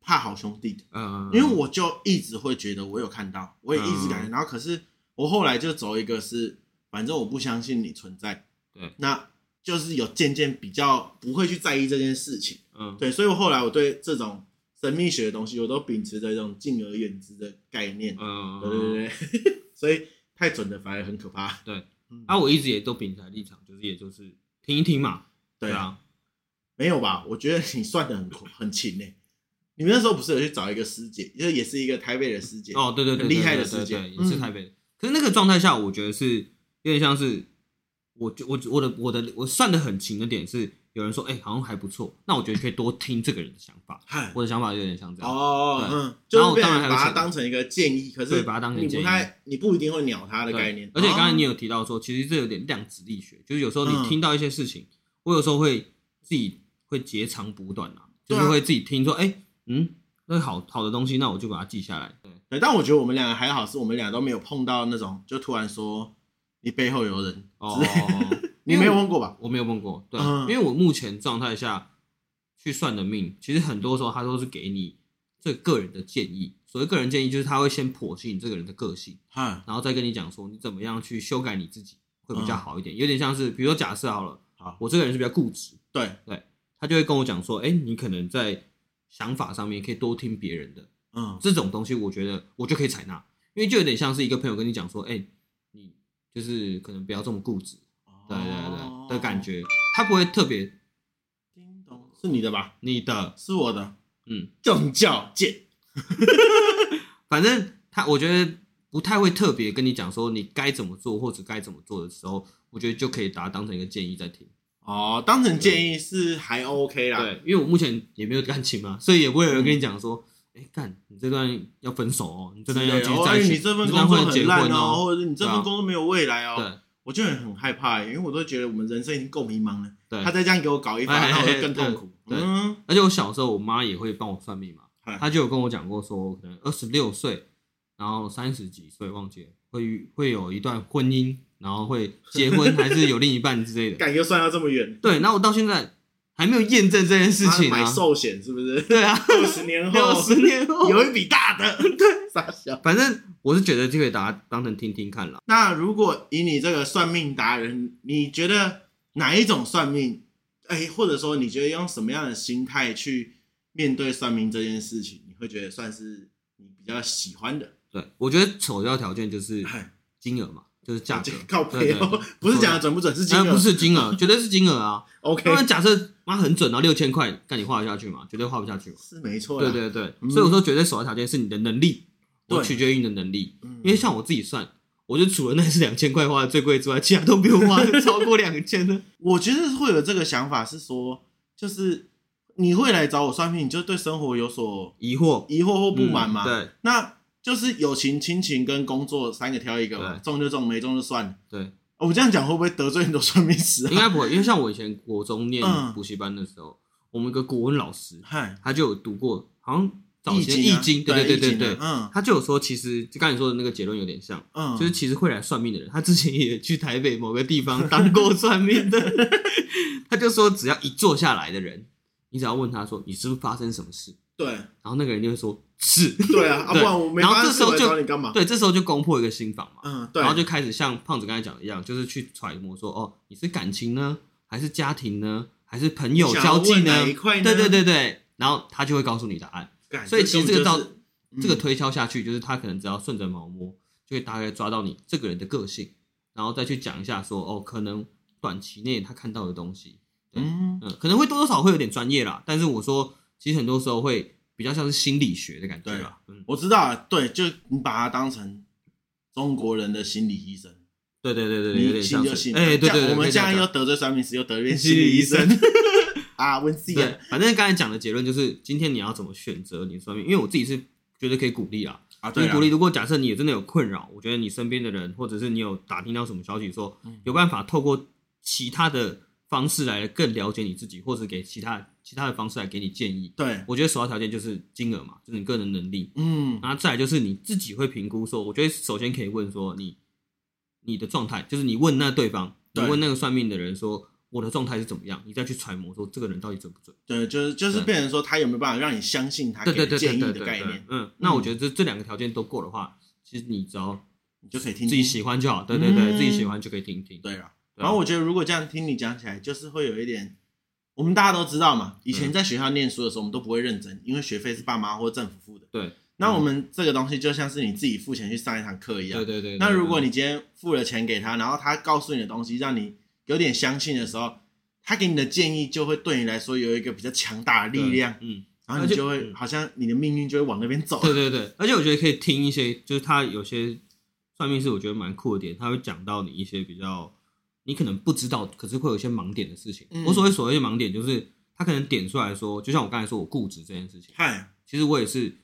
Speaker 2: 怕好兄弟的。
Speaker 1: 嗯，
Speaker 2: 因为我就一直会觉得我有看到，我也一直感觉，然后可是我后来就走一个是，反正我不相信你存在，
Speaker 1: 对，
Speaker 2: 那就是有渐渐比较不会去在意这件事情，
Speaker 1: 嗯，
Speaker 2: 对，所以我后来我对这种神秘学的东西，我都秉持着一种敬而远之的概念，
Speaker 1: 嗯，
Speaker 2: 对对对对， 所以太准的反而很可怕，
Speaker 1: 对
Speaker 2: 嗯，
Speaker 1: 啊，我一直也都秉持立场，就是也就是听一听嘛，
Speaker 2: 对啊，
Speaker 1: 啊，
Speaker 2: 没有吧？我觉得你算的很很勤呢、你们那时候不是有去找一个师姐，就是也是一个台北的师姐，
Speaker 1: 哦，对对对，
Speaker 2: 很
Speaker 1: 对
Speaker 2: 厉害
Speaker 1: 对
Speaker 2: 的
Speaker 1: 对
Speaker 2: 世界
Speaker 1: 对也是
Speaker 2: 嗯
Speaker 1: 台北的。可是那个状态下，我觉得是有点像是我觉我我的我的我算的很勤的点是，有人说哎、好像还不错，那我觉得可以多听这个人的想法。
Speaker 2: 嗨，
Speaker 1: 我的想法有点像这样，
Speaker 2: 哦，
Speaker 1: 对
Speaker 2: 嗯，
Speaker 1: 然后
Speaker 2: 就是
Speaker 1: 我
Speaker 2: 变
Speaker 1: 当然
Speaker 2: 成
Speaker 1: 还有
Speaker 2: 把它
Speaker 1: 想
Speaker 2: 当成一个建议，可
Speaker 1: 对，
Speaker 2: 是
Speaker 1: 把它当成
Speaker 2: 你
Speaker 1: 建
Speaker 2: 不
Speaker 1: 议。
Speaker 2: 太，你不一定会鸟它的
Speaker 1: 对
Speaker 2: 概念。
Speaker 1: 而且刚才你
Speaker 2: 哦
Speaker 1: 有提到说，其实这有点量子力学，就是有时候你
Speaker 2: 嗯
Speaker 1: 听到一些事情，我有时候会自己会截长补短啊，就
Speaker 2: 对啊
Speaker 1: 是会自己听说，哎、嗯，那好好的东西，那我就把它记下来。对，
Speaker 2: 对，但我觉得我们俩还好，是我们俩都没有碰到那种，就突然说你背后有人，
Speaker 1: 哦
Speaker 2: 之类， 你没有问过吧？
Speaker 1: 我没有问过，对，啊因
Speaker 2: 嗯
Speaker 1: 为我目前状态下去算的命，其实很多时候他都是给你这个人的建议。所谓个人建议，就是他会先剖析你这个人的个性，
Speaker 2: 哈，
Speaker 1: 然后再跟你讲说你怎么样去修改你自己会比较好一点。有点像是，比如说假设好了，
Speaker 2: 好，
Speaker 1: 我这个人是比较固执，
Speaker 2: 对，
Speaker 1: 他就会跟我讲说，哎、你可能在想法上面可以多听别人的
Speaker 2: 嗯，
Speaker 1: 这种东西，我觉得我就可以采纳，因为就有点像是一个朋友跟你讲说，哎、你就是可能不要这么固执，对对
Speaker 2: 哦
Speaker 1: 对的感。觉，他不会特别
Speaker 2: 叮咚，是你的吧？
Speaker 1: 你的，
Speaker 2: 是我的，
Speaker 1: 嗯，
Speaker 2: 正教见。
Speaker 1: 反正他我觉得不太会特别跟你讲说你该怎么做或者该怎么做的时候，我觉得就可以把它当成一个建议在听。
Speaker 2: 哦，当成建议是还 OK 啦。，
Speaker 1: 对，因为我目前也没有感情嘛，所以也不会有人
Speaker 2: 嗯
Speaker 1: 跟你讲说，哎、干，你这段要分手哦，你这段要
Speaker 2: 对
Speaker 1: 继续
Speaker 2: 哦
Speaker 1: 在
Speaker 2: 哎
Speaker 1: 一起，
Speaker 2: 你这份
Speaker 1: 你
Speaker 2: 工
Speaker 1: 段
Speaker 2: 作
Speaker 1: 会结
Speaker 2: 很烂
Speaker 1: 婚
Speaker 2: 哦，或者是你这
Speaker 1: 对
Speaker 2: 份
Speaker 1: 啊
Speaker 2: 工作没有未来哦。
Speaker 1: 对
Speaker 2: 我就很很害怕、欸因为我都觉得我们人生已经够迷茫了，
Speaker 1: 对，
Speaker 2: 他再这样给我搞一
Speaker 1: 哎
Speaker 2: 番，那我就更痛苦。
Speaker 1: 对对
Speaker 2: 嗯，
Speaker 1: 而且我小时候，我妈也会帮我算命嘛，
Speaker 2: 嗨
Speaker 1: 她就有跟我讲过说，可能二十六岁，然后三十几岁忘记了，会遇会有一段婚姻，然后会结婚还是有另一半之类的。
Speaker 2: 感觉算到这么远，
Speaker 1: 对，那我到现在还没有验证这件事情
Speaker 2: 妈
Speaker 1: 啊
Speaker 2: 买。寿险是不是？
Speaker 1: 对啊，
Speaker 2: 二十年后
Speaker 1: 六十年后，
Speaker 2: 有一笔 大的，对，傻笑。
Speaker 1: 反正我是觉得就可以把它当成听听看啦。
Speaker 2: 那如果以你这个算命达人，你觉得哪一种算命？哎，或者说你觉得用什么样的心态去面对算命这件事情，你会觉得算是你比较喜欢的？
Speaker 1: 对，我觉得首要条件就是
Speaker 2: 哎，
Speaker 1: 金额嘛，就是价格。
Speaker 2: 靠
Speaker 1: 对
Speaker 2: 背
Speaker 1: 对
Speaker 2: 哦
Speaker 1: 对，
Speaker 2: 不是讲的准不准，是金
Speaker 1: 当然
Speaker 2: 额，
Speaker 1: 不是金额，绝对是金额 啊！
Speaker 2: OK，
Speaker 1: 当然，假设妈很准，然后六千块，干你花得下去吗？绝对花不下去嘛。
Speaker 2: 是没错啦。
Speaker 1: 对对对，
Speaker 2: 嗯
Speaker 1: 所以我说绝对首要条件是你的能力，
Speaker 2: 对
Speaker 1: 我取决于你的能力。
Speaker 2: 嗯，
Speaker 1: 因为像我自己算，我就除了那是两千块花的最贵之外，其他都不用花超过两千的。
Speaker 2: 我觉得会有这个想法是说，就是你会来找我算命，你就对生活有所
Speaker 1: 疑惑
Speaker 2: 疑惑或不满嘛。
Speaker 1: 嗯
Speaker 2: 那就是友情、亲情跟工作三个挑一个嘛，
Speaker 1: 对
Speaker 2: 中就中，没中就算了。
Speaker 1: 对对，
Speaker 2: 哦我这样讲会不会得罪很多算命师
Speaker 1: 应
Speaker 2: 啊？
Speaker 1: 该不会，因为像我以前国中念
Speaker 2: 嗯
Speaker 1: 补习班的时候，我们有个国文老师，
Speaker 2: 嗨，
Speaker 1: 他就有读过，好像早前
Speaker 2: 易
Speaker 1: 易
Speaker 2: 经啊
Speaker 1: 经，对
Speaker 2: 对
Speaker 1: 对
Speaker 2: 易
Speaker 1: 对
Speaker 2: 经啊
Speaker 1: 对，
Speaker 2: 嗯
Speaker 1: 他就有说，其实就刚才你说的那个结论有点像，
Speaker 2: 嗯，
Speaker 1: 就是其实会来算命的人，他之前也去台北某个地方当过算命 的，他就说只要一坐下来的人，你只要问他说你是不是发生什么事，
Speaker 2: 对
Speaker 1: 然后那个人就会说是，
Speaker 2: 对啊啊，啊不
Speaker 1: 对
Speaker 2: 然我没
Speaker 1: 然后
Speaker 2: 办
Speaker 1: 这
Speaker 2: 法
Speaker 1: 时候
Speaker 2: 来
Speaker 1: 就
Speaker 2: 找你干 嘛？
Speaker 1: 对，这时候就攻破一个心防嘛，
Speaker 2: 嗯，对，
Speaker 1: 然后就开始像胖子刚才讲的一样，就是去揣摩说哦你是感情呢，还是家庭呢，还是朋友
Speaker 2: 想要
Speaker 1: 交际
Speaker 2: 问
Speaker 1: 呢
Speaker 2: 哪一？块呢？
Speaker 1: 对对对对，然后他就会告诉你答案。
Speaker 2: 干，
Speaker 1: 所以其实这个到
Speaker 2: 根本就
Speaker 1: 这
Speaker 2: 是
Speaker 1: 个
Speaker 2: 嗯
Speaker 1: 推敲下去，就是他可能只要顺着毛摸，就会大概抓到你这个人的个性，然后再去讲一下说，哦，可能短期内他看到的东西，对
Speaker 2: 嗯，
Speaker 1: 嗯，可能会多多少少会有点专业啦，但是我说，其实很多时候会比较像是心理学的感觉啦，嗯，
Speaker 2: 我知道啊，对，就你把它当成中国人的心理医生。
Speaker 1: 对对对对，有
Speaker 2: 你
Speaker 1: 点
Speaker 2: 信
Speaker 1: 像，
Speaker 2: 就是信，
Speaker 1: 哎，对对，
Speaker 2: 这样
Speaker 1: 对
Speaker 2: 我们
Speaker 1: 可以
Speaker 2: 这
Speaker 1: 这
Speaker 2: 样
Speaker 1: 样
Speaker 2: 又
Speaker 1: 讲
Speaker 2: 得罪算命师，又得罪
Speaker 1: 心理医
Speaker 2: 医
Speaker 1: 生，
Speaker 2: 啊，温西
Speaker 1: 对
Speaker 2: 啊，，
Speaker 1: 反正刚才讲的结论就是，今天你要怎么选择你算命？因为我自己是觉得可以鼓励啊，
Speaker 2: 啊，对
Speaker 1: 你
Speaker 2: 啊
Speaker 1: 鼓励。如果假设你也真的有困扰，我觉得你身边的人，或者是你有打听到什么消息说，
Speaker 2: 嗯
Speaker 1: 有办法透过其他的方式来更了解你自己，或者给其他其他的方式来给你建议。
Speaker 2: 对，
Speaker 1: 我觉得首要条件就是金额嘛，就是你个人能力，
Speaker 2: 嗯，
Speaker 1: 然后再来就是你自己会评估说，我觉得首先可以问说你你的状态，就是你问那对方，你
Speaker 2: 对
Speaker 1: 问那个算命的人说我的状态是怎么样，你再去揣摩说这个人到底准不准。
Speaker 2: 对，就是就是
Speaker 1: 对
Speaker 2: 变成说他有没有办法让你相信他给
Speaker 1: 对对
Speaker 2: 你
Speaker 1: 对
Speaker 2: 建
Speaker 1: 对
Speaker 2: 议
Speaker 1: 对
Speaker 2: 的
Speaker 1: 对
Speaker 2: 概
Speaker 1: 对
Speaker 2: 念，，
Speaker 1: 嗯，那我觉得这这两个条件都过的话，其实你只要
Speaker 2: 你就可以听
Speaker 1: 自己
Speaker 2: 听
Speaker 1: 喜欢就好，对对对，
Speaker 2: 嗯
Speaker 1: 自己喜欢就可以听听。
Speaker 2: 对啊，
Speaker 1: 对啊
Speaker 2: 然后我觉得如果这样听你讲起来，就是会有一点，我们大家都知道嘛，以
Speaker 1: 嗯
Speaker 2: 前在学校念书的时候，我们都不会认真，因为学费是爸妈或政府付的。
Speaker 1: 对
Speaker 2: 那我们这个东西就像是你自己付钱去上一堂课一样
Speaker 1: 嗯对。对对。
Speaker 2: 那如果
Speaker 1: 你
Speaker 2: 你今天付了钱给他，然后他告诉你的东西让你有点相信的时候，他给你的建议就会对你来说有一个比较强大的力量，
Speaker 1: 嗯，
Speaker 2: 然后
Speaker 1: 而
Speaker 2: 你
Speaker 1: 且
Speaker 2: 就会好像你的命运就会往那边走。
Speaker 1: 对对对，而且我觉得可以听一些，就是他有些算命师我觉得蛮酷的点，他会讲到你一些比较你可能不知道，可是会有一些盲点的事情。
Speaker 2: 嗯
Speaker 1: 我所谓所谓的盲点，就是他可能点出来说，就像我刚才说我固执这件事情，
Speaker 2: 嗨，
Speaker 1: 其实我也是。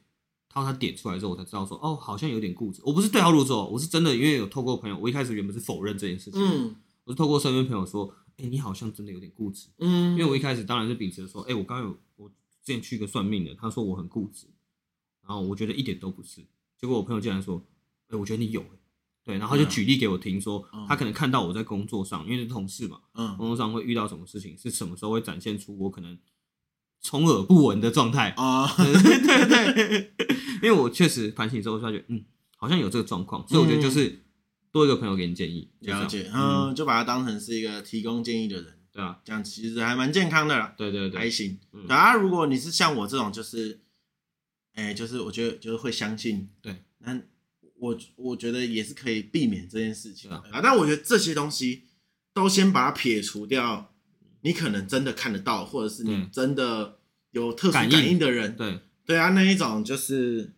Speaker 1: 他他点出来之后，我才知道说，哦，好像有点固执。我不是对号入座，我是真的，因为有透过朋友，我一开始原本是否认这件事情，
Speaker 2: 嗯
Speaker 1: 我是透过身边朋友说，哎、你好像真的有点固执。
Speaker 2: 嗯，
Speaker 1: 因为我一开始当然是秉持说，哎、我刚刚有我之前去一个算命的，他说我很固执，然后我觉得一点都不是。结果我朋友竟然说，哎、我觉得你有、欸，对，然后他就
Speaker 2: 嗯
Speaker 1: 举例给我听说，
Speaker 2: 嗯
Speaker 1: 他可能看到我在工作上，因为是同事嘛，
Speaker 2: 嗯
Speaker 1: 工作上会遇到什么事情，是什么时候会展现出我可能充耳不闻的状态。
Speaker 2: 啊，
Speaker 1: 对对对，对 因为我确实反省之后发觉，嗯，好像有这个状况，所以我觉得就是多一个朋友给你建 议，就这样
Speaker 2: 了解，
Speaker 1: 嗯，
Speaker 2: 嗯，就把他当成是一个提供建议的人，
Speaker 1: 对啊，
Speaker 2: 这样其实还蛮健康的啦，
Speaker 1: 对对
Speaker 2: 还
Speaker 1: 对，
Speaker 2: 行。
Speaker 1: 嗯
Speaker 2: 然后如果你是像我这种，就是，哎、就是我觉得就是会相信，
Speaker 1: 对，
Speaker 2: 那我我觉得也是可以避免这件事情
Speaker 1: 对
Speaker 2: 啊
Speaker 1: 啊。
Speaker 2: 但我觉得这些东西都先把它撇除掉，你可能真的看得到，或者是你
Speaker 1: 对
Speaker 2: 真的有特
Speaker 1: 嗯
Speaker 2: 殊
Speaker 1: 感
Speaker 2: 感
Speaker 1: 应
Speaker 2: 应的人，
Speaker 1: 对。
Speaker 2: 对啊，那一种就是。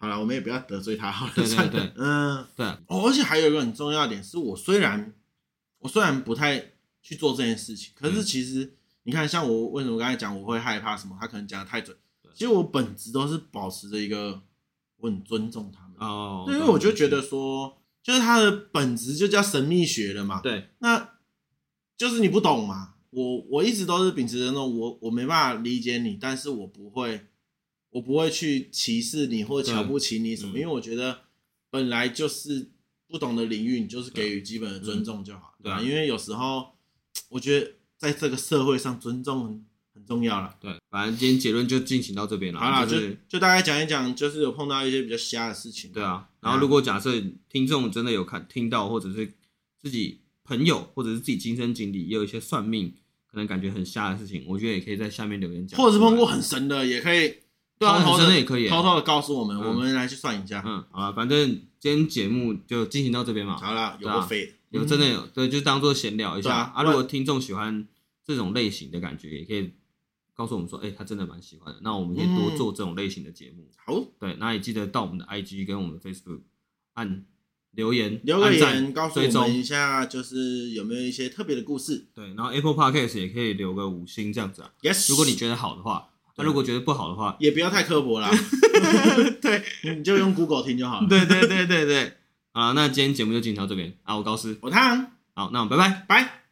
Speaker 2: 好了，我们也不要得罪他好了，
Speaker 1: 对对
Speaker 2: 算了
Speaker 1: 对
Speaker 2: 嗯，
Speaker 1: 对
Speaker 2: 哦，而且还有一个很重要的点是，我虽然我虽然不太去做这件事情，可是
Speaker 1: 嗯
Speaker 2: 其实、你看，像我为什么刚才讲我会害怕什么，他可能讲的太准
Speaker 1: 对，
Speaker 2: 其实我本质都是保持着一个我很尊重他们，
Speaker 1: 哦，
Speaker 2: 对，因
Speaker 1: 懂
Speaker 2: 为我就觉得说，就是他的本质就叫神秘学了嘛，
Speaker 1: 对
Speaker 2: 那就是你不懂嘛。我我一直都是秉持着那种我我没办法理解你，但是我不会，我不会去歧视你或
Speaker 1: 对
Speaker 2: 瞧不起你什么，
Speaker 1: 嗯
Speaker 2: 因为我觉得本来就是不同的领域，你就是给予基本的尊重就好，
Speaker 1: 嗯对
Speaker 2: 对吧、
Speaker 1: 啊
Speaker 2: 因为有时候我觉得在这个社会上，尊重很很重要了。
Speaker 1: 对，反正今天结论就进行到这边了。
Speaker 2: 好啦，
Speaker 1: 啊就
Speaker 2: 就是就大概讲一讲，就是有碰到一些比较瞎的事情，
Speaker 1: 对啊。然后如果假设听众真的有看听到，或者是自己朋友或者是自己亲身经历，也有一些算命可能感觉很瞎的事情，我觉得也可以在下面留言讲出来。
Speaker 2: 或者是碰过很神的，也可以
Speaker 1: 对啊
Speaker 2: 偷偷
Speaker 1: 很神
Speaker 2: 的
Speaker 1: 的也可以
Speaker 2: 偷偷的告诉我们，
Speaker 1: 嗯
Speaker 2: 我们来去算一下。
Speaker 1: 嗯，好了，反正今天节目就进行到这边嘛，
Speaker 2: 好啦，有
Speaker 1: 对啊
Speaker 2: 个飞，
Speaker 1: 有真的有对，就当做闲聊一
Speaker 2: 嗯对
Speaker 1: 下
Speaker 2: 啊
Speaker 1: 啊。如果听众喜欢这种类型的感觉，也可以告诉我们说，哎，他真的蛮喜欢的，那我们可以多
Speaker 2: 嗯
Speaker 1: 做这种类型的节目。
Speaker 2: 好，
Speaker 1: 对，那也记得到我们的 IG 跟我们的 Facebook 按留言、
Speaker 2: 留个
Speaker 1: 按
Speaker 2: 言
Speaker 1: 赞
Speaker 2: 告诉
Speaker 1: 追
Speaker 2: 我们
Speaker 1: 踪
Speaker 2: 一。下，就是有没有一些特别的故事
Speaker 1: 对，然后 Apple Podcast 也可以留个五星这样子啊。
Speaker 2: ？Yes，
Speaker 1: 如果你觉得好的话，那如果觉得不好的 话，
Speaker 2: 也不要太刻薄 啦，
Speaker 1: 对，
Speaker 2: 你就用 Google 听就好了。
Speaker 1: 对对对对对。好，那今天节目就进行到这边啊，我高斯，
Speaker 2: 我汤，
Speaker 1: 好，那我们拜拜。
Speaker 2: 拜。